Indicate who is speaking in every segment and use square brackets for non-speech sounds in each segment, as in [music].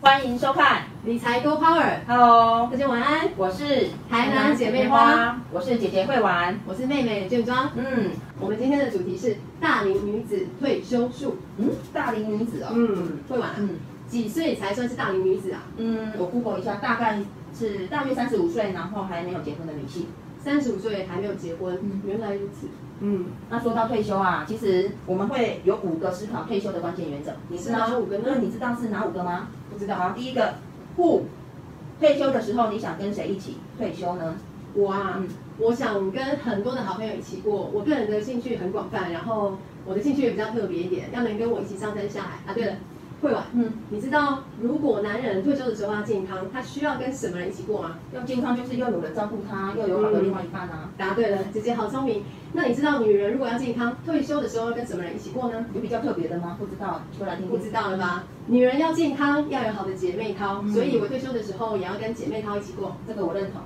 Speaker 1: 欢迎收看。
Speaker 2: 理财 Go Power，
Speaker 1: Hello，
Speaker 2: 大家晚安，
Speaker 1: 我是
Speaker 2: 台南姐妹花，
Speaker 1: 我是姐姐会玩。
Speaker 2: 我是妹妹卷庄。
Speaker 1: 嗯
Speaker 2: 我们今天的主题是大龄女子退休术。
Speaker 1: 嗯，大龄女子哦。
Speaker 2: 嗯，会玩、啊，
Speaker 1: 嗯
Speaker 2: 几岁才算是大龄女子啊？
Speaker 1: 嗯，我 Google 一下，大概是大约三十五岁，然后还没有结婚的女性。
Speaker 2: 三十五岁还没有结婚，
Speaker 1: 嗯
Speaker 2: 原来如此。嗯，
Speaker 1: 那说到退休啊，其实我们会有五个思考退休的关键原则，你知道
Speaker 2: 是哪五个呢
Speaker 1: 那你知道是哪五个吗？
Speaker 2: 不知道
Speaker 1: 好，第一个，Who，退休的时候你想跟谁一起退休呢？
Speaker 2: 我啊，
Speaker 1: 嗯
Speaker 2: 我想跟很多的好朋友一起过。我个人的兴趣很广泛，然后我的兴趣也比较特别一点，要能跟我一起上山下海啊。对了，会玩。
Speaker 1: 嗯，
Speaker 2: 你知道如果男人退休的时候要健康，他需要跟什么人一起过吗？
Speaker 1: 要健康就是又有人照顾他，又有好的
Speaker 2: 嗯
Speaker 1: 另外一半啊，
Speaker 2: 答对了，姐姐好聪明。那你知道女人如果要健康，退休的时候要跟什么人一起过呢？
Speaker 1: 有比较特别的吗？不知道，说来听
Speaker 2: 不
Speaker 1: 听。
Speaker 2: 知道了吧？女人要健康，要有好的姐妹淘，
Speaker 1: 嗯
Speaker 2: 所以我退休的时候也要跟姐妹淘一起过。
Speaker 1: 这个我认同。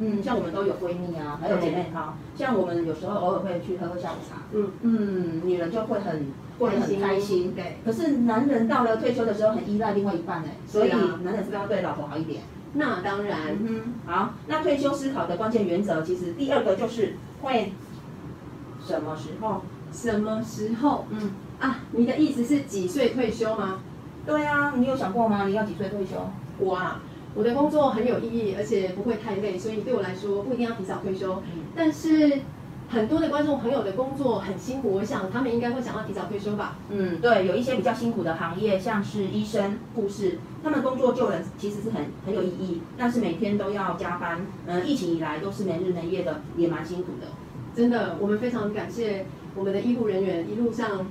Speaker 1: 嗯，像我们都有闺蜜啊，还有姐妹淘。像我们有时候偶尔会去喝喝下午茶。
Speaker 2: 嗯
Speaker 1: 嗯，女人就会很过得很开心。
Speaker 2: 对。
Speaker 1: 可是男人到了退休的时候很依赖另外一半哎、所以
Speaker 2: 是啊
Speaker 1: 男人是不是要对老婆好一点？
Speaker 2: 那当然，
Speaker 1: 嗯哼，好。那退休思考的关键原则，其实第二个就是会什么时候？
Speaker 2: 什么时候
Speaker 1: 嗯，
Speaker 2: 啊？你的意思是几岁退休吗？
Speaker 1: 对啊，你有想过吗？你要几岁退休？
Speaker 2: 我啊，我的工作很有意义，而且不会太累，所以对我来说不一定要提早退休。
Speaker 1: 嗯
Speaker 2: 但是很多的观众朋友的工作很辛苦，我想他们应该会想要提早退休吧？
Speaker 1: 嗯，对，有一些比较辛苦的行业，像是医生、护士，他们工作救人其实是很很有意义，但是每天都要加班，嗯、疫情以来都是没日没夜的，也蛮辛苦的。
Speaker 2: 真的，我们非常感谢我们的医护人员一路上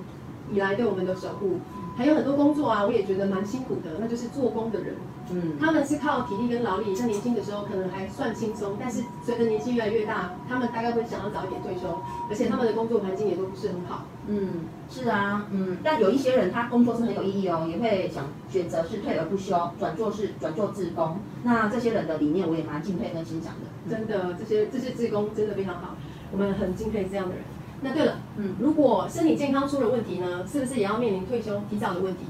Speaker 2: 以来对我们的守护。还有很多工作啊，我也觉得蛮辛苦的，那就是做工的人，
Speaker 1: 嗯，
Speaker 2: 他们是靠体力跟劳力，在年轻的时候可能还算轻松，但是随着年纪越来越大，他们大概会想要早一点退休，而且他们的工作环境也都不是很好。
Speaker 1: 嗯，是啊，嗯，但有一些人他工作是很有意义哦，也会想选择是退而不休，转做是转做自工。那这些人的理念我也蛮敬佩跟欣赏的。
Speaker 2: 真的，这些这些志工真的非常好，我们很敬佩这样的人。那对了，
Speaker 1: 嗯
Speaker 2: 嗯，如果身体健康出了问题呢，是不是也要面临退休提早的问题？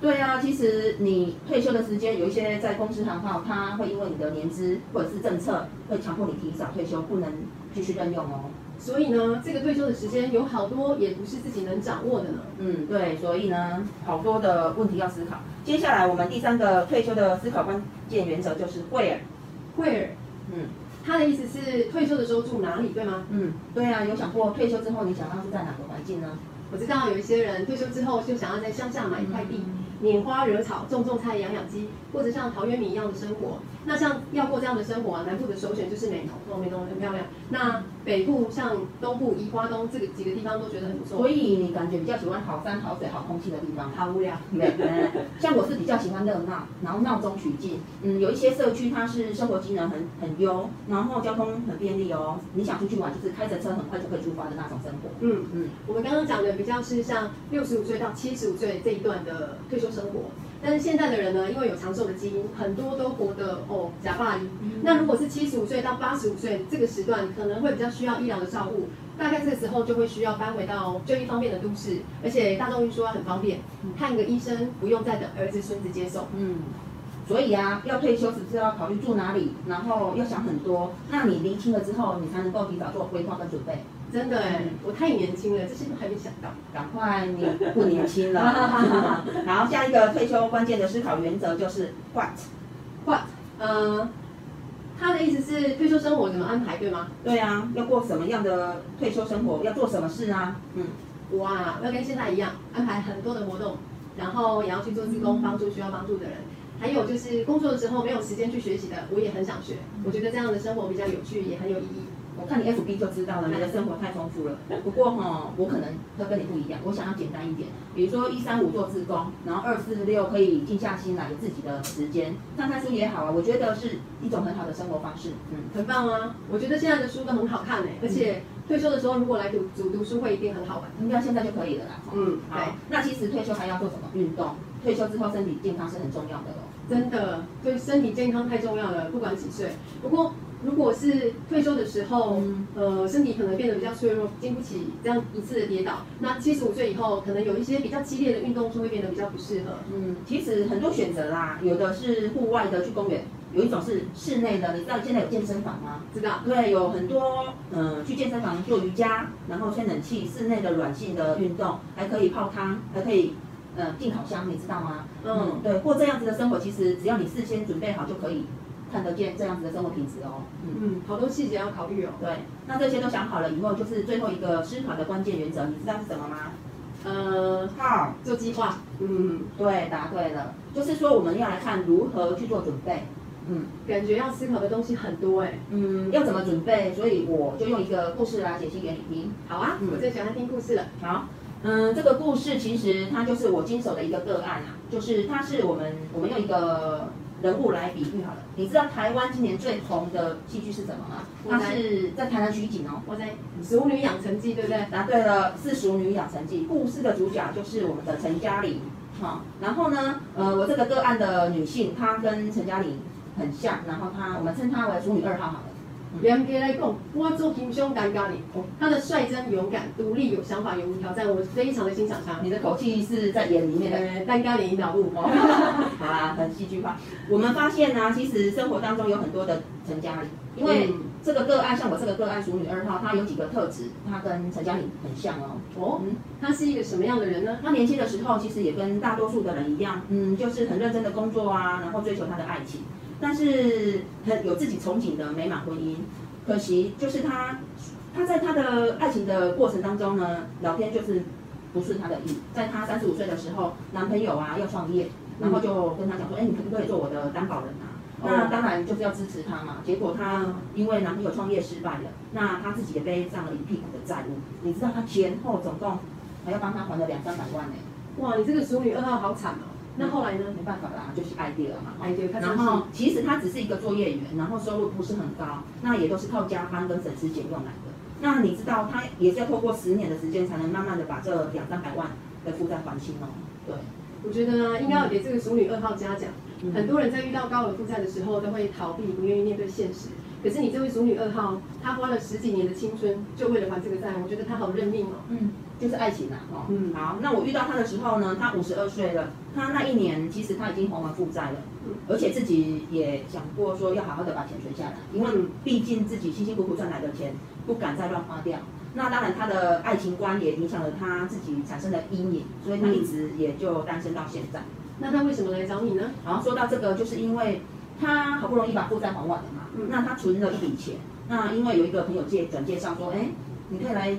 Speaker 1: 对啊，其实你退休的时间有一些在公司行号，他会因为你的年资或者是政策，会强迫你提早退休，不能继续任用哦。
Speaker 2: 所以呢，这个退休的时间有好多也不是自己能掌握的呢。
Speaker 1: 嗯，对，所以呢，好多的问题要思考。接下来我们第三个退休的思考关键原则就是 where。
Speaker 2: 惠尔，
Speaker 1: 嗯
Speaker 2: 他的意思是退休的时候住哪里，对吗？
Speaker 1: 嗯，对啊，有想过退休之后你想要是在哪个环境呢？
Speaker 2: 我知道有一些人退休之后就想要在乡下买一块地，拈花惹草，种种菜，养养鸡，过着像陶渊明一样的生活。那像要过这样的生活啊，南部的首选就是美浓，哦，美浓很漂亮。那北部像东部宜花东这个几个地方都觉得很不错
Speaker 1: 所。以你感觉比较喜欢好山好水好空气的地方吗？
Speaker 2: 好无聊，
Speaker 1: 没有，像我是比较喜欢热闹，然后闹中取静。嗯，有一些社区它是生活机能很很优，然后交通很便利哦。你想出去玩，就是开着车很快就可以出发的那种生活。
Speaker 2: 嗯
Speaker 1: 嗯
Speaker 2: 嗯，我们刚刚讲的比较是像六十五岁到七十五岁这一段的退休生活，但是现在的人呢，因为有长寿的基因，很多都活得哦假发离。
Speaker 1: 嗯
Speaker 2: 那如果是七十五岁到八十五岁这个时段，可能会比较需要医疗的照顾，大概这个时候就会需要搬回到就医方便的都市，而且大众运输啊很方便
Speaker 1: 嗯，
Speaker 2: 看个医生不用再等儿子孙子接送。
Speaker 1: 嗯，所以啊，要退休是不是要考虑住哪里，然后要想很多。那你厘清了之后，你才能够提早做规划跟准备。
Speaker 2: 真的哎
Speaker 1: 嗯，
Speaker 2: 我太年轻了，这些都还没想到。
Speaker 1: 赶快，你不年轻了。好，下一个退休关键的思考原则就是 what。
Speaker 2: What？呃，他的意思是退休生活怎么安排，对吗？
Speaker 1: 对啊，要过什么样的退休生活，要做什么事啊？嗯。
Speaker 2: 哇，要跟现在一样安排很多的活动，然后也要去做自工，帮助需要帮助的人。还有就是工作的时候没有时间去学习的，我也很想学。我觉得这样的生活比较有趣，也很有意义。
Speaker 1: 我看你 FB 就知道了，你的生活太丰富了。不过哈、我可能会跟你不一样，我想要简单一点，比如说一三五做自工，然后二四六可以静下心来有自己的时间，看看书也好啊，我觉得是一种很好的生活方式。嗯，
Speaker 2: 很棒啊！我觉得现在的书都很好看诶、而且退休的时候如果来读读读书会，一定很好玩。
Speaker 1: 应该现在就可以了啦。
Speaker 2: 嗯
Speaker 1: 好，那其实退休还要做什么？运动。退休之后身体健康是很重要的哦。
Speaker 2: 真的对身体健康太重要了，不管几岁。不过如果是退休的时候，
Speaker 1: 嗯
Speaker 2: 呃，身体可能变得比较脆弱，经不起这样一次的跌倒。那七十五岁以后，可能有一些比较激烈的运动就会变得比较不适合。
Speaker 1: 嗯，其实很多选择啦，有的是户外的去公园，有一种是室内的。你知道现在有健身房吗？
Speaker 2: 知道？
Speaker 1: 对，有很多嗯、呃去健身房做瑜伽，然后吹冷气，室内的软性的运动，还可以泡汤，还可以呃进烤箱，你知道吗？
Speaker 2: 嗯，
Speaker 1: 对，过这样子的生活，其实只要你事先准备好，就可以看得见这样子的生活品质哦。嗯，
Speaker 2: 嗯，好多细节要考虑哦。
Speaker 1: 对，那这些都想好了以后，就是最后一个思考的关键原则，你知道是什么吗？
Speaker 2: 呃，
Speaker 1: 好。
Speaker 2: 做计划，嗯，
Speaker 1: 对，答对了，就是说我们要来看如何去做准备。嗯
Speaker 2: 感觉要思考的东西很多哎。
Speaker 1: 嗯，要怎么准备？所以我就用一个故事来解析给你听。
Speaker 2: 好啊，
Speaker 1: 嗯
Speaker 2: 我最喜欢听故事了。
Speaker 1: 好，嗯，这个故事其实它就是我经手的一个个案啊，就是它是我们我们用一个人物来比喻好了。你知道台湾今年最红的戏剧是什么吗？
Speaker 2: 我
Speaker 1: 它
Speaker 2: 来
Speaker 1: 是在台南取景哦。
Speaker 2: 哇塞，熟女养成记，对不对？
Speaker 1: 答对了，《是熟女养成记》故事的主角就是我们的陈嘉玲，好、然后呢，呃，我这个个案的女性，她跟陈嘉玲很像，然后她我们称她为熟女二号好了。
Speaker 2: 严格来讲，我做平胸尴尬你
Speaker 1: 嗯哦，
Speaker 2: 他的率真、勇敢、独立、有想法、勇于挑战，我非常的欣赏他。
Speaker 1: 你的口气是在演里面的，
Speaker 2: 呃，蛋糕里引导物哦。
Speaker 1: [laughs] 好啦，很戏剧化。我们发现呢、其实生活当中有很多的陈嘉玲，因为
Speaker 2: 嗯
Speaker 1: 这个个案，像我这个个案熟女二号，她有几个特质，她跟陈嘉玲很像哦。
Speaker 2: [laughs] 哦
Speaker 1: 嗯，
Speaker 2: 他是一个什么样的人呢？
Speaker 1: 她年轻的时候，其实也跟大多数的人一样，嗯，就是很认真的工作啊，然后追求她的爱情，但是很有自己憧憬的美满婚姻。可惜就是她，她在她的爱情的过程当中呢，老天就是不顺她的意。在她三十五岁的时候，男朋友啊要创业，然后就跟她讲说，哎、你可不可以做我的担保人啊？那
Speaker 2: 哦
Speaker 1: 当然就是要支持她嘛。结果她因为男朋友创业失败了，那她自己也背上了一屁股的债务。你知道她前后总共还要帮她还了两三百万呢、
Speaker 2: 哇，你这个熟女二号好惨哦。那后来呢？
Speaker 1: 没办法啦，就是 idea 嘛。
Speaker 2: 哎，对，他
Speaker 1: 嗯然
Speaker 2: 真
Speaker 1: 后
Speaker 2: 是
Speaker 1: 其实他只是一个作业员，然后收入不是很高，那也都是靠加班跟省吃俭用来的。那你知道他也是要透过十年的时间才能慢慢的把这两三百万的负债还清哦。对，
Speaker 2: 我觉得啊，应该要给这个熟女二号嘉奖。
Speaker 1: 嗯
Speaker 2: 很多人在遇到高额负债的时候，都会逃避，不愿意面对现实。可是你这位熟女二号，她花了十几年的青春，就为了还这个债，我觉得她好认命哦。
Speaker 1: 嗯，就是爱情啦、哦。
Speaker 2: 嗯
Speaker 1: 好，那我遇到他的时候呢，他五十二岁了，他那一年其实他已经还完负债了
Speaker 2: 嗯，
Speaker 1: 而且自己也想过说要好好的把钱存下来，因为
Speaker 2: 嗯
Speaker 1: 毕竟自己辛辛苦苦赚来的钱不敢再乱花掉。那当然，他的爱情观也影响了他自己产生的阴影，所以
Speaker 2: 嗯
Speaker 1: 他一直也就单身到现在。
Speaker 2: 那她为什么来找你呢？
Speaker 1: 然后说到这个，就是因为他好不容易把负债还完了嘛，
Speaker 2: 嗯
Speaker 1: 那他存了一笔钱，那因为有一个朋友介转介绍说，哎，你可以来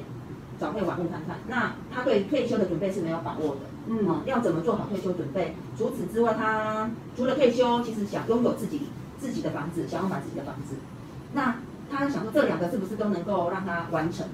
Speaker 1: 找慧婉问看看。那他对退休的准备是没有把握的，哦
Speaker 2: 嗯，
Speaker 1: 要怎么做好退休准备？除此之外，他除了退休，其实想拥有自己自己的房子，想要买自己的房子。那他想说，这两个是不是都能够让他完成呢？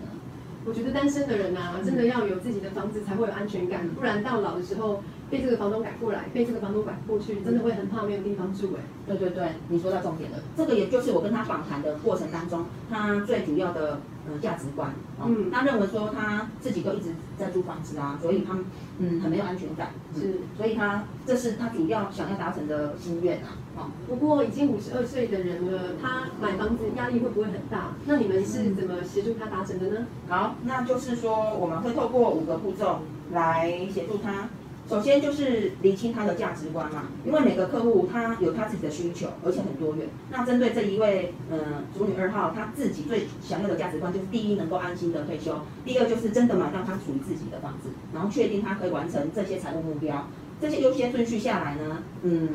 Speaker 2: 我觉得单身的人啊，真的要有自己的房子才会有安全感，不然到老的时候被这个房东赶过来，被这个房东赶过去，真的会很怕没有地方住哎。
Speaker 1: 对对对，你说到重点了。这个也就是我跟他访谈的过程当中，他最主要的呃价值观。哦、
Speaker 2: 嗯
Speaker 1: 他认为说他自己都一直在租房子啊，所以他嗯很没有安全感，嗯，
Speaker 2: 是，
Speaker 1: 所以他这是他主要想要达成的心愿啊。哦，
Speaker 2: 不过已经五十二岁的人了，他买房子压力会不会很大？那你们是怎么协助他达成的呢？
Speaker 1: 好，那就是说我们会透过五个步骤来协助他。首先就是理清他的价值观嘛，因为每个客户他有他自己的需求，而且很多元。那针对这一位嗯、呃、主女二号，她自己最想要的价值观就是：第一，能够安心的退休；第二，就是真的买到她属于自己的房子，然后确定她可以完成这些财务目标。这些优先顺序下来呢，嗯，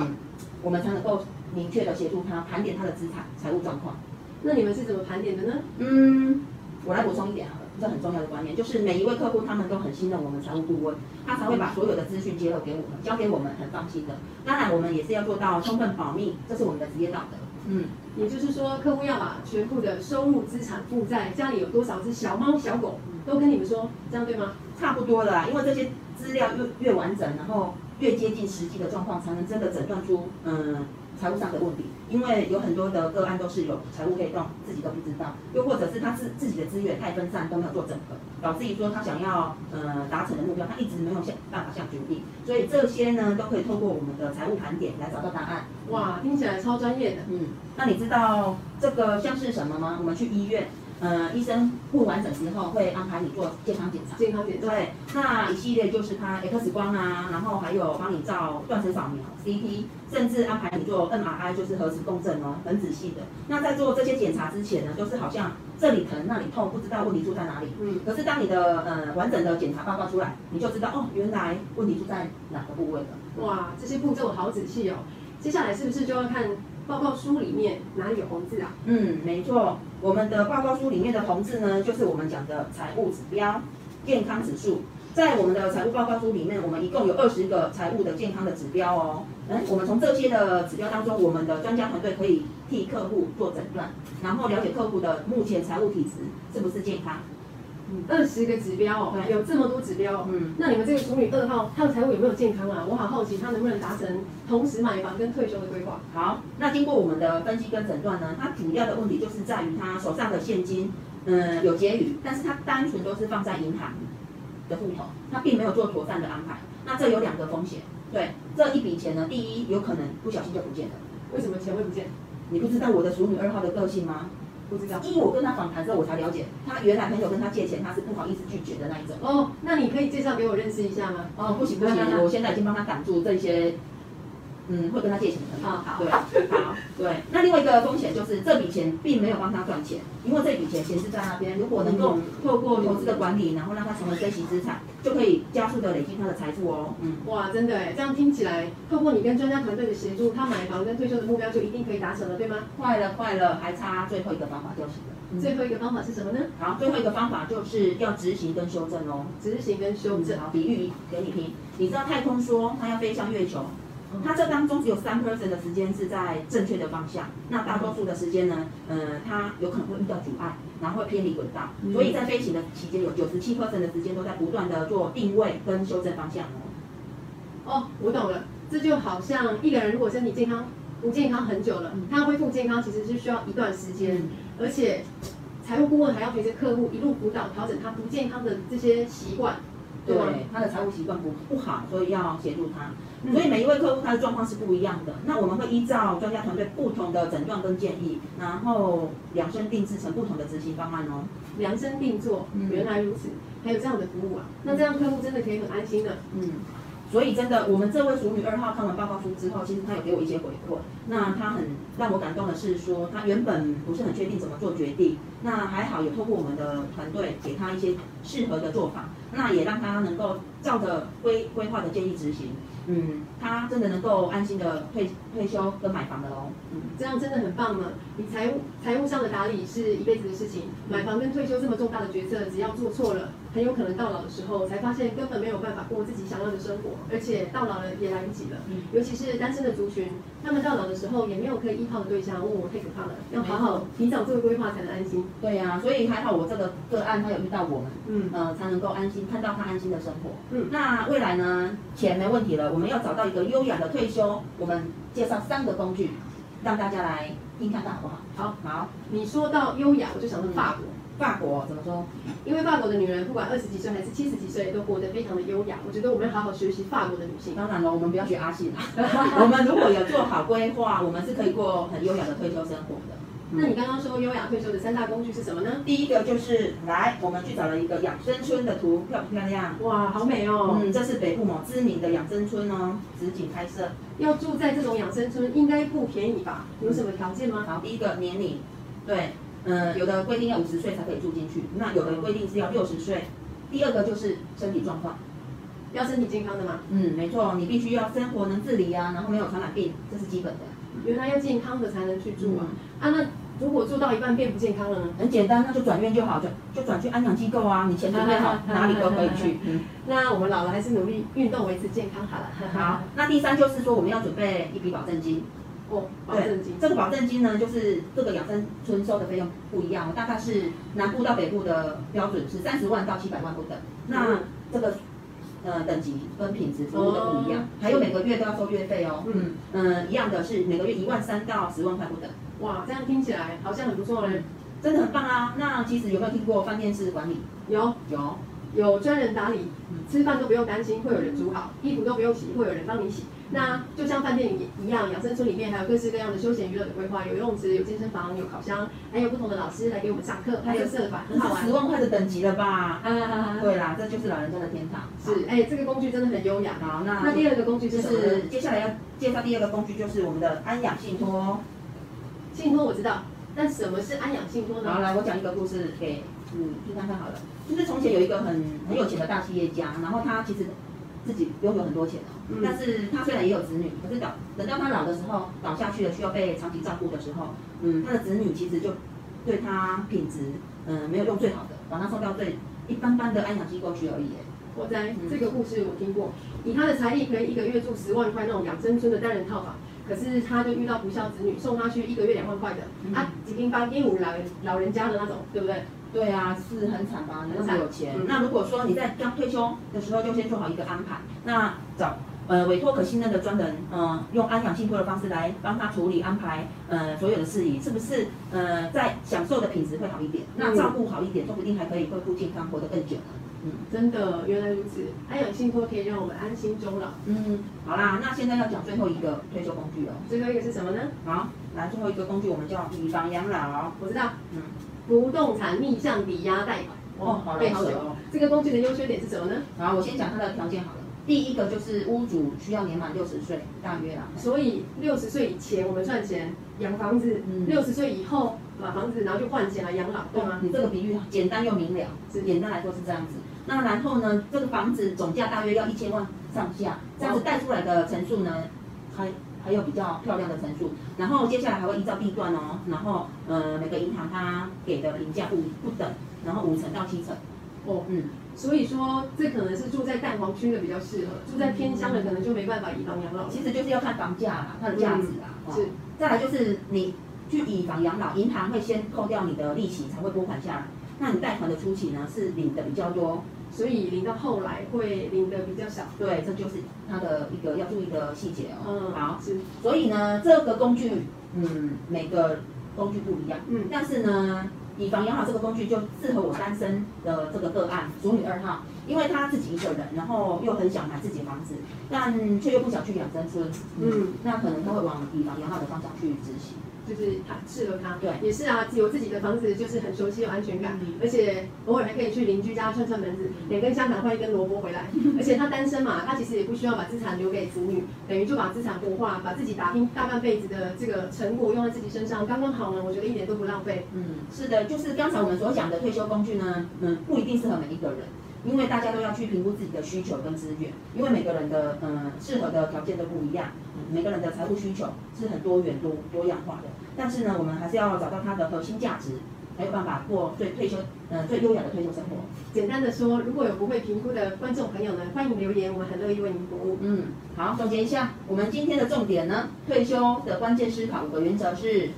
Speaker 1: 我们才能够明确的协助她盘点她的资产财务状况。
Speaker 2: 那你们是怎么盘点的呢？
Speaker 1: 嗯，我来补充一点好了，这很重要的观念，就是每一位客户他们都很信任我们财务顾问，他才会把所有的资讯揭露给我们，交给我们很放心的。当然，我们也是要做到充分保密，这是我们的职业道德。嗯，
Speaker 2: 也就是说，客户要把全部的收入、资产、负债、家里有多少只小猫、小狗，
Speaker 1: 嗯
Speaker 2: 都跟你们说，这样对吗？
Speaker 1: 差不多了啦，因为这些资料越越完整，然后越接近实际的状况，才能真的诊断出嗯财务上的问题，因为有很多的个案都是有财务黑洞，自己都不知道，又或者是他自自己的资源太分散，都没有做整合，导致于说他想要呃达成的目标，他一直没有想办法下决定，所以这些呢都可以透过我们的财务盘点来找到答案。
Speaker 2: 哇，听起来超专业的。
Speaker 1: 嗯，那你知道这个像是什么吗？我们去医院，呃，医生问完整之后会安排你做健康检查。
Speaker 2: 健康检查，
Speaker 1: 对，那一系列就是它 X 光啊，然后还有帮你照断层扫描、CT，甚至安排你做 MRI，就是核磁共振哦，很仔细的。那在做这些检查之前呢，就是好像这里疼那里痛，不知道问题出在哪里。
Speaker 2: 嗯，
Speaker 1: 可是当你的呃完整的检查报告出来，你就知道哦，原来问题出在哪个部位了。
Speaker 2: 哇，这些步骤好仔细哦。接下来是不是就要看报告书里面哪里有红字啊？
Speaker 1: 嗯，没错，我们的报告书里面的红字呢，就是我们讲的财务指标、健康指数。在我们的财务报告书里面，我们一共有二十个财务的健康的指标哦。嗯，我们从这些的指标当中，我们的专家团队可以替客户做诊断，然后了解客户的目前财务体质是不是健康。
Speaker 2: 二十个指标哦，
Speaker 1: 对
Speaker 2: 有这么多指标哦。
Speaker 1: 嗯，
Speaker 2: 那你们这个处女二号，他的财务有没有健康啊？我好好奇他能不能达成同时买房跟退休的规划。
Speaker 1: 好，那经过我们的分析跟诊断呢，它主要的问题就是在于他手上的现金，嗯、有结余，但是他单纯都是放在银行的户头，他并没有做妥善的安排。那这有两个风险，对，这一笔钱呢，第一有可能不小心就不见了。
Speaker 2: 为什么钱会不见？
Speaker 1: 你不知道我的熟女二号的个性吗？
Speaker 2: 不知道。
Speaker 1: 因为我跟他访谈之后，我才了解，他原来朋友跟他借钱，他是不好意思拒绝的那一种。
Speaker 2: 哦，那你可以介绍给我认识一下吗？
Speaker 1: 哦，不行不行，我现在已经帮他挡住这些，嗯，会跟他借钱的朋友。
Speaker 2: 啊好
Speaker 1: 对，好，对。那另外一个风险就是这笔钱并没有帮他赚钱，因为这笔钱闲置在那边，如果能够透过投资的管理，然后让他成为珍惜资产，就可以加速的累积他的财富哦。嗯，
Speaker 2: 哇，真的哎，这样听起来，透过你跟专家团队的协助，他买房跟退休的目标就一定可以达成了，对吗？
Speaker 1: 快了快了，还差最后一个方法就行了。嗯
Speaker 2: 最后一个方法是什么呢？
Speaker 1: 好，最后一个方法就是要执行跟修正哦。
Speaker 2: 执行跟修正。
Speaker 1: 好，比喻给你听，你知道太空说它要飞向月球，它这当中只有三 percent 的时间是在正确的方向，那大多数的时间呢，呃，它有可能会遇到阻碍，然后会偏离轨道，
Speaker 2: 嗯
Speaker 1: 所以在飞行的期间有九十七 percent 的时间都在不断的做定位跟修正方向哦。
Speaker 2: 哦，我懂了，这就好像一个人如果身体健康不健康很久了，
Speaker 1: 嗯
Speaker 2: 他恢复健康其实是需要一段时间，而且财务顾问还要陪着客户一路辅导调整他不健康的这些习惯，对
Speaker 1: 对
Speaker 2: 吗？，
Speaker 1: 他的财务习惯不不好，所以要协助他。
Speaker 2: 嗯
Speaker 1: 所以每一位客户他的状况是不一样的，那我们会依照专家团队不同的诊断跟建议，然后量身定制成不同的执行方案哦。
Speaker 2: 量身定做，
Speaker 1: 嗯
Speaker 2: 原来如此，还有这样的服务啊，那这样客户真的可以很安心的。
Speaker 1: 嗯，所以真的，我们这位熟女二号看完报告书之后，其实她有给我一些回馈。那她很让我感动的是说，她原本不是很确定怎么做决定，那还好有透过我们的团队给她一些适合的做法，那也让她能够照着规规划的建议执行。嗯，她真的能够安心的退退休跟买房的喽。嗯，
Speaker 2: 这样真的很棒呢！你财务财务上的打理是一辈子的事情，买房跟退休这么重大的决策，只要做错了，很有可能到老的时候才发现根本没有办法过自己想要的生活，而且到老了也来不及了。
Speaker 1: 嗯
Speaker 2: 尤其是单身的族群，他们到老的时候也没有可以依靠的对象，问我太可怕了，要好好提早做规划才能安心。
Speaker 1: 对呀、所以还好我这个个案她有遇到我们。
Speaker 2: 嗯，
Speaker 1: 呃，才能够安心看到他安心的生活。
Speaker 2: 嗯
Speaker 1: 那未来呢？钱没问题了，我们要找到一个优雅的退休。我们介绍三个工具，让大家来听看看好不好？
Speaker 2: 好，
Speaker 1: 好，
Speaker 2: 你说到优雅，我就想到法国。
Speaker 1: 法国怎么说？
Speaker 2: 因为法国的女人，不管二十几岁还是七十几岁，都活得非常的优雅。我觉得我们要好好学习法国的女性。
Speaker 1: 当然了，我们不要学阿
Speaker 2: [laughs]
Speaker 1: 信啊。我们如果有做好规划，我们是可以过很优雅的退休生活的。
Speaker 2: 那你刚刚说优雅退休的三大工具是什么呢？
Speaker 1: 第一个就是来，我们去找了一个养生村的图，漂不漂亮？
Speaker 2: 哇，好美哦！
Speaker 1: 嗯，这是北部某知名的养生村哦，实景拍摄。
Speaker 2: 要住在这种养生村，应该不便宜吧？有什么条件吗？
Speaker 1: 好，第一个年龄，对，呃，有的规定要五十岁才可以住进去，那有的规定是要六十岁。第二个就是身体状况，
Speaker 2: 要身体健康的吗？
Speaker 1: 嗯，没错，你必须要生活能自理啊，然后没有传染病，这是基本的。
Speaker 2: 原来要健康的才能去住啊！
Speaker 1: 嗯
Speaker 2: 啊，那如果住到一半变不健康了呢？
Speaker 1: 很简单，那就转院就好，就就转去安养机构啊，你钱准备好，哪里都可以
Speaker 2: [laughs]
Speaker 1: 去。嗯，
Speaker 2: 那我们老了还是努力运动维持健康好了。
Speaker 1: 好，那第三就是说我们要准备一笔保证金，
Speaker 2: [laughs] 哦，保
Speaker 1: 对
Speaker 2: 证金，
Speaker 1: 这个保证金呢，就是各个养生村收的费用不一样，大概
Speaker 2: 嗯
Speaker 1: 是南部到北部的标准是三十万到七百万不等。那这个呃等级跟品质服务都不一样
Speaker 2: 哦，
Speaker 1: 还有每个月都要收月费哦。嗯嗯，一样的是每个月一万三到十万块不等，
Speaker 2: 哇，这样听起来好像很不错嘞。
Speaker 1: 真的很棒啊。那其实有没有听过饭店式管理？
Speaker 2: 有
Speaker 1: 有，
Speaker 2: 有专人打理
Speaker 1: 嗯，
Speaker 2: 吃饭都不用担心会有人煮好，衣服都不用洗，会有人帮你洗。那就像饭店一样，养生村里面还有各式各样的休闲娱乐的规划，有游泳池，有健身房，有烤箱，还有不同的老师来给我们上课，还有社团，很好
Speaker 1: 那是
Speaker 2: 玩
Speaker 1: 十。万块的等级了吧？
Speaker 2: 啊，
Speaker 1: 对啦，这就是老人家的天堂。
Speaker 2: 是，哎、这个工具真的很优雅。
Speaker 1: 好，那
Speaker 2: 那第哎二个工具
Speaker 1: 就是
Speaker 2: 什么呢
Speaker 1: 是接下来要介绍第二个工具，就是我们的安养信托。哦
Speaker 2: 信托，我知道，但什么是安养信托
Speaker 1: 好，
Speaker 2: 呢？
Speaker 1: 来我讲一个故事给嗯听看看好了。就是从前有一个很很有钱的大企业家，然后他其实自己拥有很多钱哦，
Speaker 2: 嗯
Speaker 1: 但是他虽然也有子女，可是倒等到他老的时候倒下去了，需要被长期照顾的时候，嗯，他的子女其实就对他品质嗯、没有用最好的，把他送到最一般般的安养机构去而已耶。
Speaker 2: 我在这个故事我听过，以他的财力可以一个月住十万块那种养生村的单人套房，可是他就遇到不孝子女，送他去一个月两万块的，
Speaker 1: 嗯
Speaker 2: 啊，几斤八斤五老人老人家的那种，对不对？
Speaker 1: 对啊，是很惨吧？你那么有钱
Speaker 2: 很惨，
Speaker 1: 那如果说你在刚退休的时候就先做好一个安排，那找呃委托可信任的专人，呃，用安养信托的方式来帮他处理安排，呃，所有的事宜，是不是呃在享受的品质会好一点？那照顾好一点，说不定还可以恢复健康，活得更久呢。
Speaker 2: 真的，原来如此，安养信托可以让我们安心终老。
Speaker 1: 嗯，好啦，那现在要讲最后一个退休工具了。
Speaker 2: 最后一个是什么呢？
Speaker 1: 好，来最后一个工具我们叫以房养老。
Speaker 2: 我知道，
Speaker 1: 嗯
Speaker 2: 不动产逆向抵押贷款。
Speaker 1: 哦好
Speaker 2: 背
Speaker 1: 老
Speaker 2: 好
Speaker 1: 手
Speaker 2: 久
Speaker 1: 哦。
Speaker 2: 这个工具的优缺点是什么呢？
Speaker 1: 好，我先讲它的条件好了。第一个就是屋主需要年满六十岁，大约啦。
Speaker 2: 所以六十岁以前我们赚钱养房子
Speaker 1: 嗯，
Speaker 2: 六十岁以后买房子，然后就换钱来养老，对吗？
Speaker 1: 哦你这个比喻简单又明了，
Speaker 2: 是
Speaker 1: 简单来说是这样子。那然后呢，这个房子总价大约要一千万上下，这样子带出来的层数呢，还还有比较漂亮的层数。然后接下来还会依照地段哦，然后呃每个银行它给的评价不不等，然后五成到七成。
Speaker 2: 哦，
Speaker 1: 嗯，
Speaker 2: 所以说这可能是住在蛋黄区的比较适合，住在偏乡的可能就没办法以房养老了。
Speaker 1: 其实就是要看房价啦，它的价值啦。哦
Speaker 2: 是，
Speaker 1: 再来就是你去以房养老，银行会先扣掉你的利息，才会拨款下来。那你贷款的初期呢，是领的比较多，
Speaker 2: 所以领到后来会领的比较少。
Speaker 1: 对，这就是它的一个要注意的细节哦。
Speaker 2: 嗯，
Speaker 1: 好，
Speaker 2: 是，
Speaker 1: 所以呢，这个工具，嗯，每个工具不一样，
Speaker 2: 嗯，
Speaker 1: 但是呢，以防养老这个工具就适合我单身的这个个案，熟女二号，因为她自己一个人，然后又很想买自己的房子，但却又不想去养生村，嗯，
Speaker 2: 嗯。
Speaker 1: 那可能她会往以防养老的方向去执行。
Speaker 2: 就是他适合他，
Speaker 1: 对
Speaker 2: 也是啊，有自己的房子就是很熟悉有安全感，
Speaker 1: 嗯
Speaker 2: 而且偶尔还可以去邻居家串串门子，两根香肠换一根萝卜回
Speaker 1: [laughs]
Speaker 2: 来，而且他单身嘛，他其实也不需要把资产留给子女，等于就把资产活化，把自己打拼大半辈子的这个成果用在自己身上，刚刚好呢，我觉得一点都不浪费。
Speaker 1: 嗯，是的，就是刚才我们所讲的退休工具呢，嗯，不一定适合每一个人，因为大家都要去评估自己的需求跟资源，因为每个人的嗯适合的条件都不一样，嗯每个人的财务需求是很多元多多样化的。但是呢，我们还是要找到它的核心价值，才有办法过最退休嗯最优雅的退休生活。
Speaker 2: 简单的说，如果有不会评估的观众朋友呢，欢迎留言，我们很乐意为您服务。
Speaker 1: 嗯，好，总结一下，我们今天的重点呢，退休的关键思考五个原则是，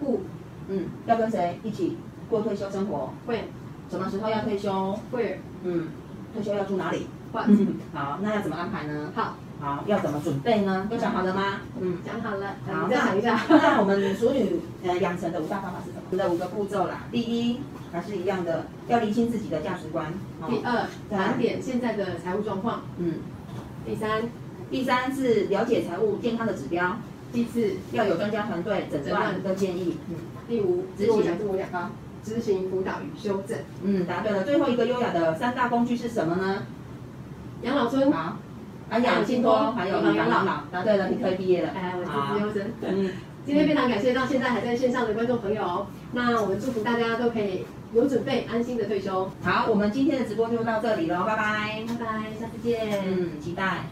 Speaker 2: 不
Speaker 1: 嗯，要跟谁一起过退休生活，
Speaker 2: 会
Speaker 1: 什么时候要退休，
Speaker 2: 会
Speaker 1: 嗯，退休要住哪里。
Speaker 2: 换、
Speaker 1: 嗯，好，那要怎么安排呢？
Speaker 2: 好，
Speaker 1: 好，要怎么准备呢？都想好了吗？嗯，
Speaker 2: 讲好了，
Speaker 1: 好
Speaker 2: 你再想一下。
Speaker 1: 那我们熟女呃养成的五大方法是什么？我们的五个步骤啦。第一，还是一样的，要厘清自己的价值观。
Speaker 2: 第
Speaker 1: 哦，
Speaker 2: 二，
Speaker 1: 对
Speaker 2: 盘点现在的财务状况。
Speaker 1: 嗯。
Speaker 2: 第三，
Speaker 1: 第三是了解财务健康的指标，
Speaker 2: 第四。
Speaker 1: 要有专家团队诊断跟建议。嗯，
Speaker 2: 第五，
Speaker 1: 执
Speaker 2: 执
Speaker 1: 行
Speaker 2: 行讲，自我讲啊，执行辅导与修正。
Speaker 1: 嗯，答对了。最后一个优雅的三大工具是什么呢？
Speaker 2: 养老村，
Speaker 1: 好，嗯安养信托，嗯还有银行养老。答对了，你可以毕业了。
Speaker 2: 哎，我
Speaker 1: 好
Speaker 2: 是资优生。
Speaker 1: 嗯，
Speaker 2: 今天非常感谢到现在还在线上的观众朋友哦，那我们祝福大家都可以有准备，安心的退休。
Speaker 1: 好，我们今天的直播就到这里喽，拜拜。
Speaker 2: 拜拜，下次见。
Speaker 1: 嗯，期待。